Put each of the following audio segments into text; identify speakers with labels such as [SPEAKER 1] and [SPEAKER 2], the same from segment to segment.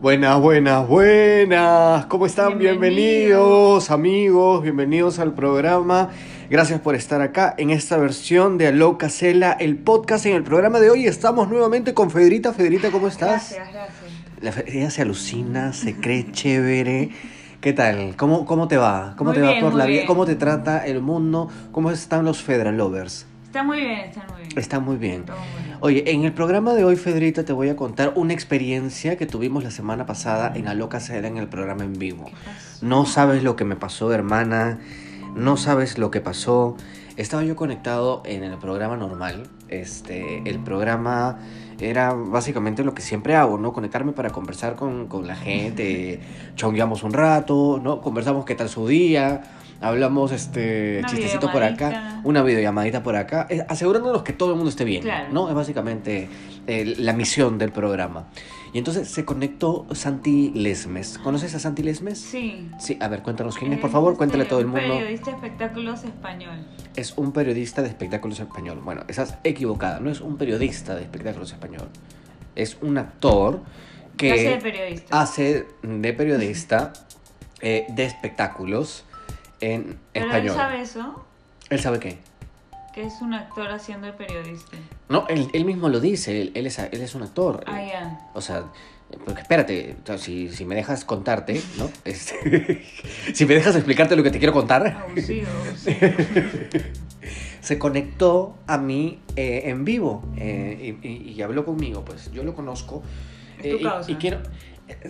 [SPEAKER 1] Buenas, buenas, buenas. ¿Cómo están? Bienvenidos.
[SPEAKER 2] Bienvenidos.
[SPEAKER 1] amigos. Bienvenidos al programa. Gracias por estar acá en esta versión de Aló Casela, el podcast. En el programa de hoy estamos nuevamente con Federita. Federita, ¿cómo estás?
[SPEAKER 2] Gracias, gracias.
[SPEAKER 1] La Fe- ella se alucina, se cree chévere. ¿Qué tal? ¿Cómo, cómo te va? ¿Cómo
[SPEAKER 2] Muy
[SPEAKER 1] te va
[SPEAKER 2] bien,
[SPEAKER 1] por
[SPEAKER 2] muy
[SPEAKER 1] la vida?
[SPEAKER 2] bien.
[SPEAKER 1] ¿Cómo te trata el mundo? ¿Cómo están los Fedra Lovers?
[SPEAKER 2] Está muy bien, está muy bien.
[SPEAKER 1] Está muy bien.
[SPEAKER 2] Todo muy bien.
[SPEAKER 1] Oye, en el programa de hoy, Fedrita, te voy a contar una experiencia que tuvimos la semana pasada en Aloca Cera en el programa en vivo. No sabes lo que me pasó, hermana. No sabes lo que pasó. Estaba yo conectado en el programa normal. Este, el programa era básicamente lo que siempre hago, ¿no? Conectarme para conversar con, con la gente. Chongueamos un rato, ¿no? Conversamos qué tal su día. Hablamos este
[SPEAKER 2] Una
[SPEAKER 1] chistecito por acá,
[SPEAKER 2] videollamadita.
[SPEAKER 1] una videollamadita por acá, eh, asegurándonos que todo el mundo esté bien,
[SPEAKER 2] Claro.
[SPEAKER 1] ¿no? Es básicamente eh, la misión del programa. Y entonces se conectó Santi Lesmes. ¿Conoces a Santi Lesmes?
[SPEAKER 2] Sí.
[SPEAKER 1] Sí, a ver, cuéntanos quién es,
[SPEAKER 2] Eh,
[SPEAKER 1] por favor, cuéntale a
[SPEAKER 2] sí,
[SPEAKER 1] todo el
[SPEAKER 2] un
[SPEAKER 1] mundo.
[SPEAKER 2] Periodista de espectáculos español.
[SPEAKER 1] Es un periodista de espectáculos español. Bueno, estás equivocada, no es un periodista de espectáculos español. Es un actor que
[SPEAKER 2] Clase de periodista.
[SPEAKER 1] hace de periodista eh, de espectáculos en
[SPEAKER 2] Pero
[SPEAKER 1] español.
[SPEAKER 2] él sabe eso,
[SPEAKER 1] ¿Él sabe qué?
[SPEAKER 2] que es un actor haciendo el periodista.
[SPEAKER 1] No, él, él mismo lo dice, él, él es, él es un actor.
[SPEAKER 2] Ah, ya.
[SPEAKER 1] O sea, porque espérate, o sea, si, si me dejas contarte, ¿no? Este, si me dejas explicarte lo que te quiero contar,
[SPEAKER 2] Abusivo,
[SPEAKER 1] Eh,
[SPEAKER 2] abusivo.
[SPEAKER 1] se conectó a mí eh, en vivo eh, y, y- y habló conmigo, pues yo lo conozco.
[SPEAKER 2] Es tu
[SPEAKER 1] eh, y-
[SPEAKER 2] causa.
[SPEAKER 1] y, quiero...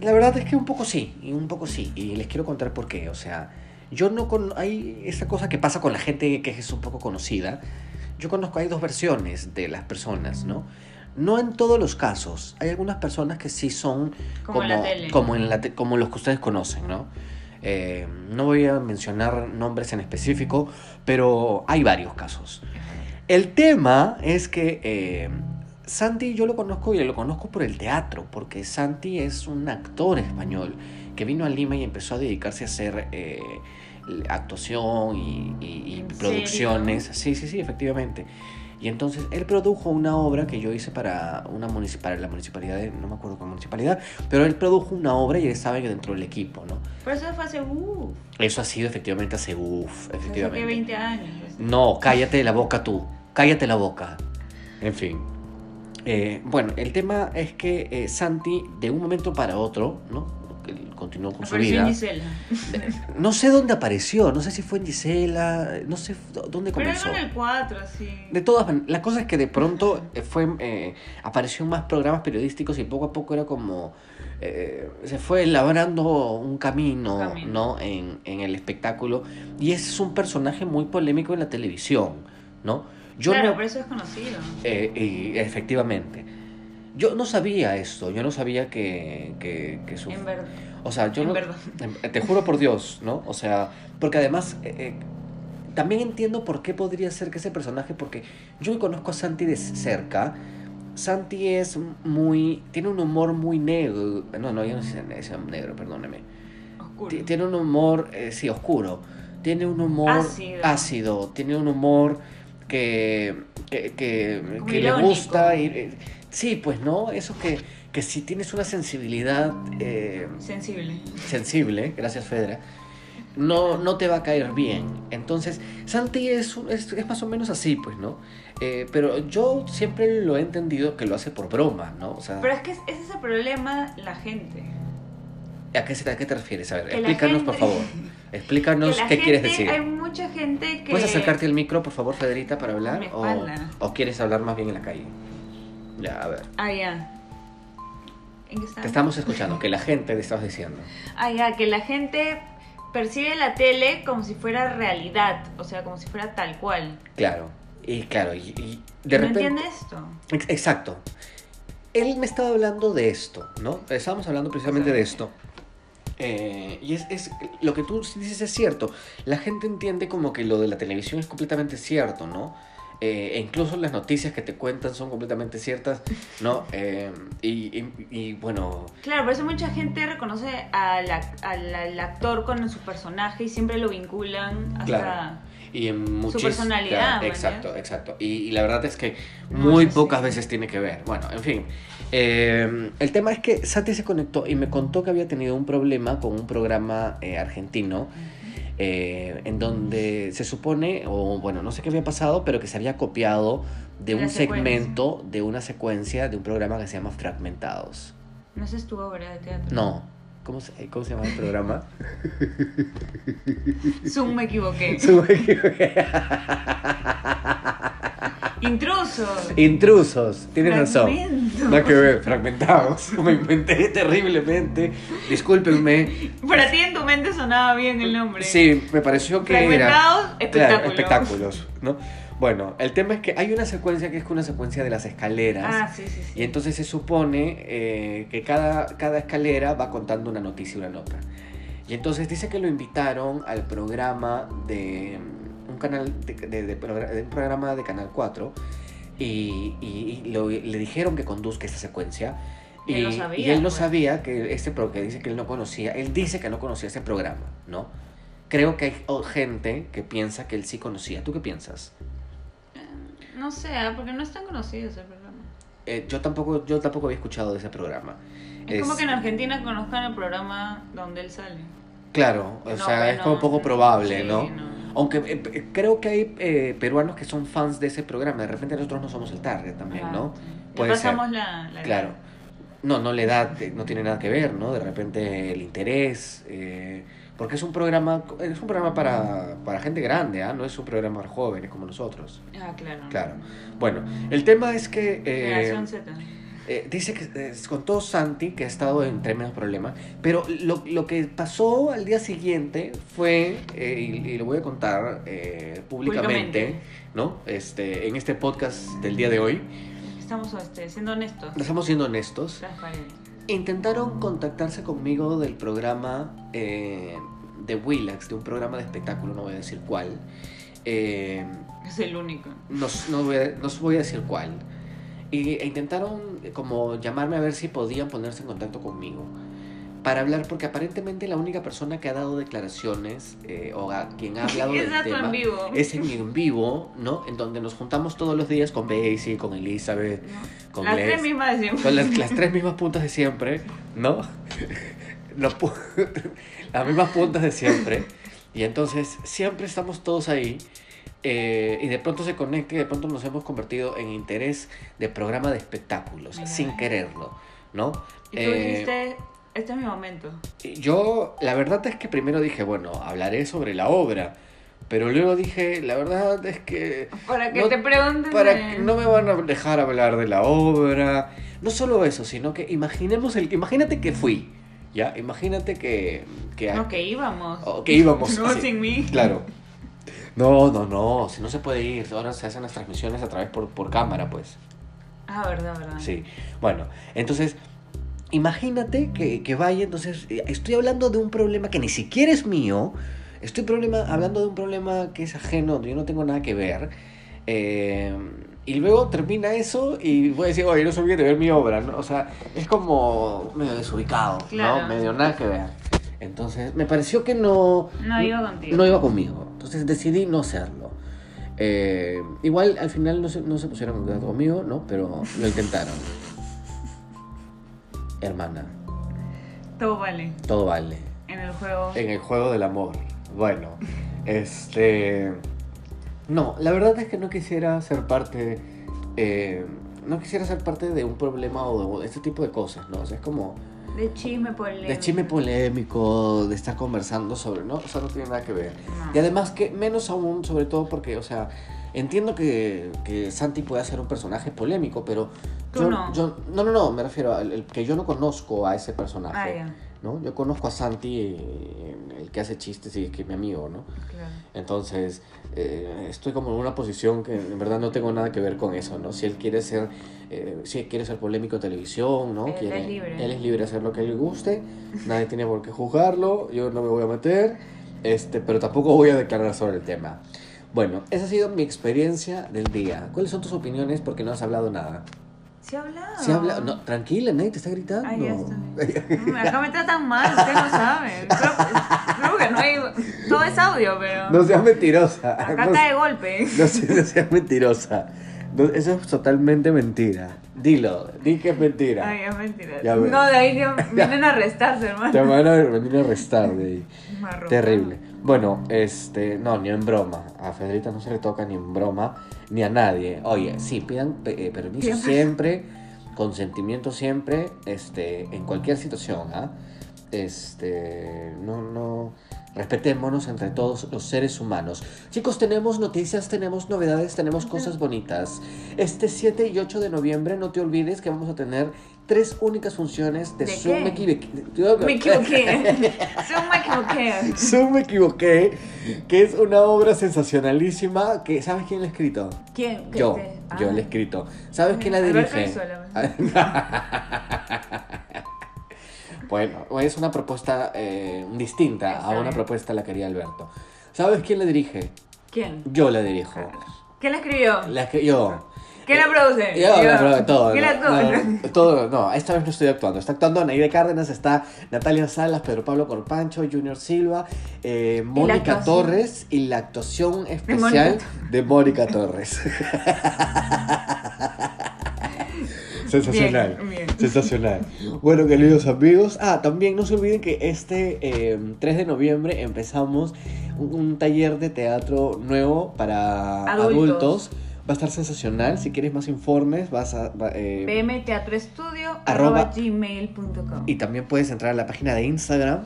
[SPEAKER 1] La verdad es que un poco sí, y un poco sí, y les quiero contar por qué, o sea, yo no con... Hay esa cosa que pasa con la gente que es un poco conocida, yo conozco, hay dos versiones de las personas, ¿no? No en todos los casos, hay algunas personas que sí son
[SPEAKER 2] Como, en la tele.
[SPEAKER 1] como en la te- como los que ustedes conocen, ¿no? Eh, no voy a mencionar nombres en específico, pero hay varios casos. El tema es que eh, Santi yo lo conozco y lo conozco por el teatro, porque Santi es un actor español que vino a Lima y empezó a dedicarse a hacer eh, actuación y, y- y
[SPEAKER 2] ¿En
[SPEAKER 1] producciones. Sí, sí, sí, efectivamente. Y entonces él produjo una obra que yo hice para una municipal, la municipalidad, de- no me acuerdo qué municipalidad, pero él produjo una obra y él estaba dentro del equipo, ¿no?
[SPEAKER 2] Por eso fue hace, uff,
[SPEAKER 1] Eso ha sido efectivamente hace uff,
[SPEAKER 2] hace que
[SPEAKER 1] efectivamente. Mm,
[SPEAKER 2] 20 años.
[SPEAKER 1] No, cállate la boca tú, cállate la boca. En fin. Eh, bueno, el tema es que eh, Santi, de un momento para otro, ¿no? Él Continuó con su
[SPEAKER 2] Apareció en
[SPEAKER 1] vida.
[SPEAKER 2] Gisela.
[SPEAKER 1] No sé dónde apareció, no sé si fue en Gisela, no sé f- dónde
[SPEAKER 2] Pero
[SPEAKER 1] comenzó.
[SPEAKER 2] algo en el 4, sí.
[SPEAKER 1] De todas maneras, la cosa es que de pronto eh, fue eh, apareció en más programas periodísticos y poco a poco era como eh, se fue labrando un camino,
[SPEAKER 2] Un camino.
[SPEAKER 1] ¿no? En, en el espectáculo. Y ese es un personaje muy polémico en la televisión, ¿no? Yo
[SPEAKER 2] claro,
[SPEAKER 1] no-
[SPEAKER 2] por eso es conocido.
[SPEAKER 1] eh, y efectivamente. Yo no sabía esto, yo no sabía que, que, que su-
[SPEAKER 2] En verdad.
[SPEAKER 1] o sea, yo
[SPEAKER 2] En
[SPEAKER 1] no-
[SPEAKER 2] verdad.
[SPEAKER 1] em- Te juro por Dios, ¿no? O sea, porque además eh, eh, también entiendo por qué podría ser que ese personaje, porque yo que conozco a Santi de cerca. Santi es muy. tiene un humor muy negro. No, no, yo no sé es negro, perdóneme.
[SPEAKER 2] Oscuro.
[SPEAKER 1] Ti- Tiene un humor, eh, sí, oscuro. Tiene un humor
[SPEAKER 2] Ácido.
[SPEAKER 1] ácido, Tiene un humor que, que, que-
[SPEAKER 2] Como
[SPEAKER 1] que le
[SPEAKER 2] irónico.
[SPEAKER 1] gusta. y- eh, sí, pues no, eso que, que si tienes una sensibilidad eh,
[SPEAKER 2] Sensible.
[SPEAKER 1] sensible, gracias Fedra, no, no te va a caer bien. Entonces, Santi es, un- es, es más o menos así, pues, ¿no? Eh, pero yo siempre lo he entendido que lo hace por broma, ¿no? O sea,
[SPEAKER 2] Pero es que es- ese es el problema la gente.
[SPEAKER 1] ¿a qué, se- a qué te refieres? A ver,
[SPEAKER 2] que la
[SPEAKER 1] explícanos, por
[SPEAKER 2] gente-
[SPEAKER 1] favor.
[SPEAKER 2] Que
[SPEAKER 1] Explícanos
[SPEAKER 2] la
[SPEAKER 1] qué quieres
[SPEAKER 2] gente-
[SPEAKER 1] decir.
[SPEAKER 2] Hay mucha gente que...
[SPEAKER 1] ¿Puedes acercarte al micro, por favor, Federita, para hablar?
[SPEAKER 2] Mi
[SPEAKER 1] o,
[SPEAKER 2] espalda.
[SPEAKER 1] o quieres hablar más bien en la calle? Ya, a ver.
[SPEAKER 2] Ah, ya. ¿En qué
[SPEAKER 1] Te
[SPEAKER 2] estamos?
[SPEAKER 1] estamos escuchando, que la gente te estabas diciendo.
[SPEAKER 2] Ah, ya, que la gente percibe la tele como si fuera realidad, o sea, como si fuera tal cual.
[SPEAKER 1] Claro. Y claro, y, y
[SPEAKER 2] ¿No
[SPEAKER 1] de repente.
[SPEAKER 2] entiende esto?
[SPEAKER 1] Ex- Exacto. Él me estaba hablando de esto, ¿no? Estábamos hablando precisamente de esto. Eh, y es, es- lo que tú dices es cierto. La gente entiende como que lo de la televisión es completamente cierto, ¿no? Eh, e incluso las noticias que te cuentan son completamente ciertas, ¿no? Eh, y, y- y, bueno,
[SPEAKER 2] Claro, por eso mucha gente reconoce al, ac- al- al actor con su personaje y siempre lo vinculan hasta...
[SPEAKER 1] Claro. y en muchis-
[SPEAKER 2] personalidad,
[SPEAKER 1] Claro,
[SPEAKER 2] man,
[SPEAKER 1] exacto, exacto. Y, y la verdad es que muy
[SPEAKER 2] No sé,
[SPEAKER 1] pocas
[SPEAKER 2] sí.
[SPEAKER 1] veces tiene que ver. Bueno, en fin. Eh, el tema es que Sati se conectó y me contó que había tenido un problema con un programa eh, argentino eh, en donde se supone, o bueno, no sé qué había pasado, pero que se había copiado de
[SPEAKER 2] Una
[SPEAKER 1] un
[SPEAKER 2] secuencia.
[SPEAKER 1] segmento, de una secuencia, de un programa que se llama Fragmentados.
[SPEAKER 2] No sé tu obra de teatro.
[SPEAKER 1] No. ¿Cómo se, cómo se llama el programa?
[SPEAKER 2] Zoom me equivoqué. Intruso.
[SPEAKER 1] Intrusos, tienes razón.
[SPEAKER 2] Fragmento.
[SPEAKER 1] Nada que ver, fragmentados. Me inventé terriblemente. Discúlpenme.
[SPEAKER 2] Para ti en tu mente sonaba bien el nombre.
[SPEAKER 1] Sí, me pareció que era.
[SPEAKER 2] Fragmentados,
[SPEAKER 1] Claro,
[SPEAKER 2] espectáculos.
[SPEAKER 1] espectáculos, ¿no? Bueno, el tema es que hay una secuencia que es una secuencia de las escaleras.
[SPEAKER 2] Ah, sí, sí, sí.
[SPEAKER 1] Y entonces se supone eh, que cada, cada escalera va contando una noticia, una nota. Y entonces dice que lo invitaron al programa de mm, un canal de, de- de progra- de un programa de Canal 4 y, y- y lo- le dijeron que conduzca esta secuencia.
[SPEAKER 2] Y él no
[SPEAKER 1] y
[SPEAKER 2] sabía,
[SPEAKER 1] él no
[SPEAKER 2] pues.
[SPEAKER 1] sabía que este pro- que dice que él no conocía, él dice que no conocía ese programa, ¿no? Creo que hay oh, gente que piensa que él sí conocía. ¿Tú qué piensas?
[SPEAKER 2] No sé, ah, porque no es tan conocido ese programa.
[SPEAKER 1] Eh, yo tampoco, yo tampoco había escuchado de ese programa.
[SPEAKER 2] Es, como
[SPEAKER 1] Es-
[SPEAKER 2] que en Argentina conozcan el programa donde él sale.
[SPEAKER 1] Claro, o
[SPEAKER 2] No,
[SPEAKER 1] sea, es
[SPEAKER 2] bueno,
[SPEAKER 1] como poco probable,
[SPEAKER 2] sí,
[SPEAKER 1] ¿no? Aunque eh, eh, creo que hay eh, peruanos que son fans de ese programa, de repente nosotros no somos el target también,
[SPEAKER 2] Ajá.
[SPEAKER 1] ¿no?
[SPEAKER 2] Le
[SPEAKER 1] Puede ser.
[SPEAKER 2] pasamos la, la-
[SPEAKER 1] Claro. No, no le da, eh, no tiene nada que ver, ¿no? De repente el interés, eh, porque es un programa, es un programa para, para gente grande, ¿ah? No es un programa para jóvenes como nosotros.
[SPEAKER 2] Ah, claro.
[SPEAKER 1] Claro. Bueno, el tema es que... eh,
[SPEAKER 2] Generación Z.
[SPEAKER 1] eh, dice que eh, contó Santi que ha estado en tremendos problemas, pero lo, lo que pasó al día siguiente fue, eh, y, y lo voy a contar eh, públicamente,
[SPEAKER 2] Públicamente.
[SPEAKER 1] ¿no? Este, en este podcast del día de hoy,
[SPEAKER 2] Estamos este, siendo honestos.
[SPEAKER 1] estamos siendo honestos,
[SPEAKER 2] Transparentes.
[SPEAKER 1] intentaron contactarse conmigo del programa eh, de Willax, de un programa de espectáculo, no voy a decir cuál, eh,
[SPEAKER 2] Es el único.
[SPEAKER 1] no, s- no voy a, no os voy a decir cuál. Y, e intentaron eh, como llamarme a ver si podían ponerse en contacto conmigo para hablar, porque aparentemente la única persona que ha dado declaraciones eh, o a quien ha hablado
[SPEAKER 2] Es
[SPEAKER 1] del
[SPEAKER 2] dato
[SPEAKER 1] tema
[SPEAKER 2] en vivo.
[SPEAKER 1] es en en vivo, ¿no? En donde nos juntamos todos los días con Daisy, con Elizabeth,
[SPEAKER 2] No.
[SPEAKER 1] con
[SPEAKER 2] Las
[SPEAKER 1] Les,
[SPEAKER 2] tres mismas de siempre.
[SPEAKER 1] con las, las tres mismas puntas de siempre, ¿no? Los pu- las mismas puntas de siempre. Y entonces siempre estamos todos ahí. eh, y de pronto se conecta y de pronto nos hemos convertido en interés de programa de espectáculos,
[SPEAKER 2] Mira.
[SPEAKER 1] sin quererlo, ¿no?
[SPEAKER 2] Y tú
[SPEAKER 1] Eh,
[SPEAKER 2] dijiste, este es mi momento.
[SPEAKER 1] yo, la verdad es que primero dije, bueno, hablaré sobre la obra. Pero luego dije, la verdad es que
[SPEAKER 2] Para que
[SPEAKER 1] no-
[SPEAKER 2] te pregunten.
[SPEAKER 1] para
[SPEAKER 2] de-
[SPEAKER 1] que no me van a dejar hablar de la obra. No solo eso, sino que imaginemos el imagínate que fui, ya, imagínate que que,
[SPEAKER 2] No, que íbamos.
[SPEAKER 1] o Oh, que íbamos
[SPEAKER 2] No,
[SPEAKER 1] así.
[SPEAKER 2] sin mí.
[SPEAKER 1] Claro. No, no, no, si no se puede ir, ahora se hacen las transmisiones a través por, por cámara, pues.
[SPEAKER 2] Ah, verdad, verdad.
[SPEAKER 1] Sí. Bueno, entonces imagínate que, que vaya, entonces eh, estoy hablando de un problema que ni siquiera es mío, estoy problema, hablando de un problema que es ajeno, donde yo no tengo nada que ver. eh, y luego termina eso y voy a decir, oye, no sabía de ver mi obra, ¿no? O sea, es como medio desubicado,
[SPEAKER 2] Claro.
[SPEAKER 1] ¿no? Medio nada que ver. Entonces, me pareció que no...
[SPEAKER 2] No iba contigo.
[SPEAKER 1] No iba conmigo. Entonces decidí no hacerlo. Eh, igual al final no se, no se pusieron en contacto conmigo, ¿no? Pero lo intentaron. Hermana,
[SPEAKER 2] Todo vale.
[SPEAKER 1] todo vale.
[SPEAKER 2] En el juego.
[SPEAKER 1] En el juego del amor. Bueno, este... No, la verdad es que no quisiera ser parte... eh, no quisiera ser parte de un problema o de este tipo de cosas, ¿no? O sea, es como...
[SPEAKER 2] De chisme por
[SPEAKER 1] De chisme polémico, de estar conversando sobre... No, o sea, no tiene nada que ver.
[SPEAKER 2] No.
[SPEAKER 1] Y además que menos aún, sobre todo porque, o sea, entiendo que, que Santi puede ser un personaje polémico, pero
[SPEAKER 2] Tú
[SPEAKER 1] yo,
[SPEAKER 2] no.
[SPEAKER 1] yo- no, no, no, me refiero al al que yo no conozco a ese personaje,
[SPEAKER 2] Ah, ya.
[SPEAKER 1] ¿no? Yo conozco a Santi, eh, el que hace chistes y que es mi amigo, ¿no?
[SPEAKER 2] Claro.
[SPEAKER 1] Entonces, eh, estoy como en una posición que en verdad no tengo nada que ver con eso, ¿no? Si él quiere ser, eh, si él quiere ser polémico en televisión, ¿no?
[SPEAKER 2] Él es
[SPEAKER 1] Quiere-
[SPEAKER 2] libre.
[SPEAKER 1] Él es libre de hacer lo que le guste, nadie tiene por qué juzgarlo, yo no me voy a meter, este, pero tampoco voy a declarar sobre el tema. Bueno, esa ha sido mi experiencia del día. ¿Cuáles son tus opiniones? Porque no has hablado nada.
[SPEAKER 2] Se ha hablado.
[SPEAKER 1] Se habla, no, tranquila, nadie te está gritando.
[SPEAKER 2] Ay, ya está. No, Acá me tratan mal, usted no sabe. Creo- Creo que no hay. Todo es audio, pero.
[SPEAKER 1] No seas mentirosa.
[SPEAKER 2] acá
[SPEAKER 1] No-
[SPEAKER 2] cae golpe.
[SPEAKER 1] No, se- no seas mentirosa. No, eso es totalmente mentira. Dilo, di que es mentira.
[SPEAKER 2] Ay, es mentira.
[SPEAKER 1] Ya ves.
[SPEAKER 2] no, de ahí ya vienen a arrestarse, hermano.
[SPEAKER 1] Te van a venir a arrestar de ahí.
[SPEAKER 2] Marrón.
[SPEAKER 1] Terrible. Bueno, este, no, ni en broma. A Federica no se le toca ni en broma, ni a nadie. Oye, sí, pidan pe- eh, permiso
[SPEAKER 2] Pidan-
[SPEAKER 1] siempre, consentimiento siempre, este, en cualquier situación, ¿ah? Este, no, no, respetémonos entre todos los seres humanos. Chicos, tenemos noticias, tenemos novedades, tenemos cosas bonitas. Este 7 y 8 de noviembre, no te olvides que vamos a tener tres únicas funciones de,
[SPEAKER 2] ¿De
[SPEAKER 1] Zoom.
[SPEAKER 2] qué?
[SPEAKER 1] Me equivoqué.
[SPEAKER 2] Me equivoqué. Sí, me equivoqué.
[SPEAKER 1] Zoom me equivoqué, que es una obra sensacionalísima que ¿sabes quién la ha escrito?
[SPEAKER 2] ¿Quién?
[SPEAKER 1] Yo,
[SPEAKER 2] Este, ah.
[SPEAKER 1] yo la he escrito. ¿Sabes quién la
[SPEAKER 2] Alberto
[SPEAKER 1] dirige? Ah.
[SPEAKER 2] Brizuela. pues.
[SPEAKER 1] bueno, es una propuesta eh, distinta a
[SPEAKER 2] Está
[SPEAKER 1] una
[SPEAKER 2] bien.
[SPEAKER 1] propuesta la quería Alberto. ¿Sabes quién la dirige?
[SPEAKER 2] ¿Quién?
[SPEAKER 1] Yo la dirijo.
[SPEAKER 2] ¿Quién la escribió?
[SPEAKER 1] La escri- yo.
[SPEAKER 2] ¿Quién la produce?
[SPEAKER 1] Yo, no, pero todo.
[SPEAKER 2] ¿Quién
[SPEAKER 1] no,
[SPEAKER 2] la actúa?
[SPEAKER 1] no, todo, no, esta vez no estoy actuando. Está actuando Anaide Cárdenas, está Natalia Salas, Pedro Pablo Corpancho, Junior Silva, eh, Mónica
[SPEAKER 2] actuación.
[SPEAKER 1] Torres y la actuación especial de Mónica Torres. Sensacional.
[SPEAKER 2] Bien, bien.
[SPEAKER 1] Sensacional. Bueno, queridos amigos. Ah, también no se olviden que este eh, 3 de noviembre empezamos un, un taller de teatro nuevo para adultos.
[SPEAKER 2] Adultos.
[SPEAKER 1] Va a estar sensacional. Si quieres más informes, vas a. va- eh,
[SPEAKER 2] PM Teatro Estudio
[SPEAKER 1] Arroba.
[SPEAKER 2] arroba gmail.com
[SPEAKER 1] y también puedes entrar a la página de Instagram.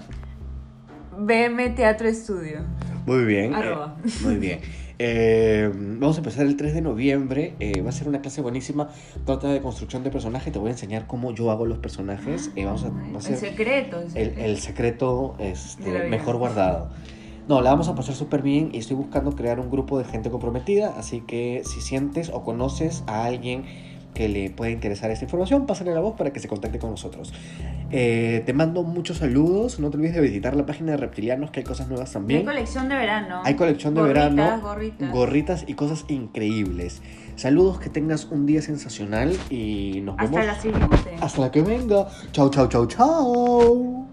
[SPEAKER 2] BM Teatro Estudio.
[SPEAKER 1] Muy bien. eh,
[SPEAKER 2] Arroba.
[SPEAKER 1] muy bien. Eh, vamos a empezar el 3 de noviembre. eh, va a ser una clase buenísima. Trata de construcción de personaje. Te voy a enseñar cómo yo hago los personajes. eh, vamos a, va a
[SPEAKER 2] El
[SPEAKER 1] ser
[SPEAKER 2] secreto. el
[SPEAKER 1] el,
[SPEAKER 2] secreto.
[SPEAKER 1] el secreto este,
[SPEAKER 2] De la vida.
[SPEAKER 1] mejor guardado. No, la vamos a pasar súper bien y estoy buscando crear un grupo de gente comprometida, así que si sientes o conoces a alguien que le pueda interesar esta información, pásale la voz para que se contacte con nosotros. Eh, te mando muchos saludos, no te olvides de visitar la página de Reptilianos, que hay cosas nuevas
[SPEAKER 2] Hay
[SPEAKER 1] también.
[SPEAKER 2] colección de verano.
[SPEAKER 1] Hay colección de
[SPEAKER 2] Gorritas,
[SPEAKER 1] verano,
[SPEAKER 2] Gorritas.
[SPEAKER 1] gorritas y cosas increíbles. Saludos, que tengas un día sensacional y nos
[SPEAKER 2] Hasta
[SPEAKER 1] vemos
[SPEAKER 2] la siguiente.
[SPEAKER 1] hasta la que venga. Chau, chau, chau, chau.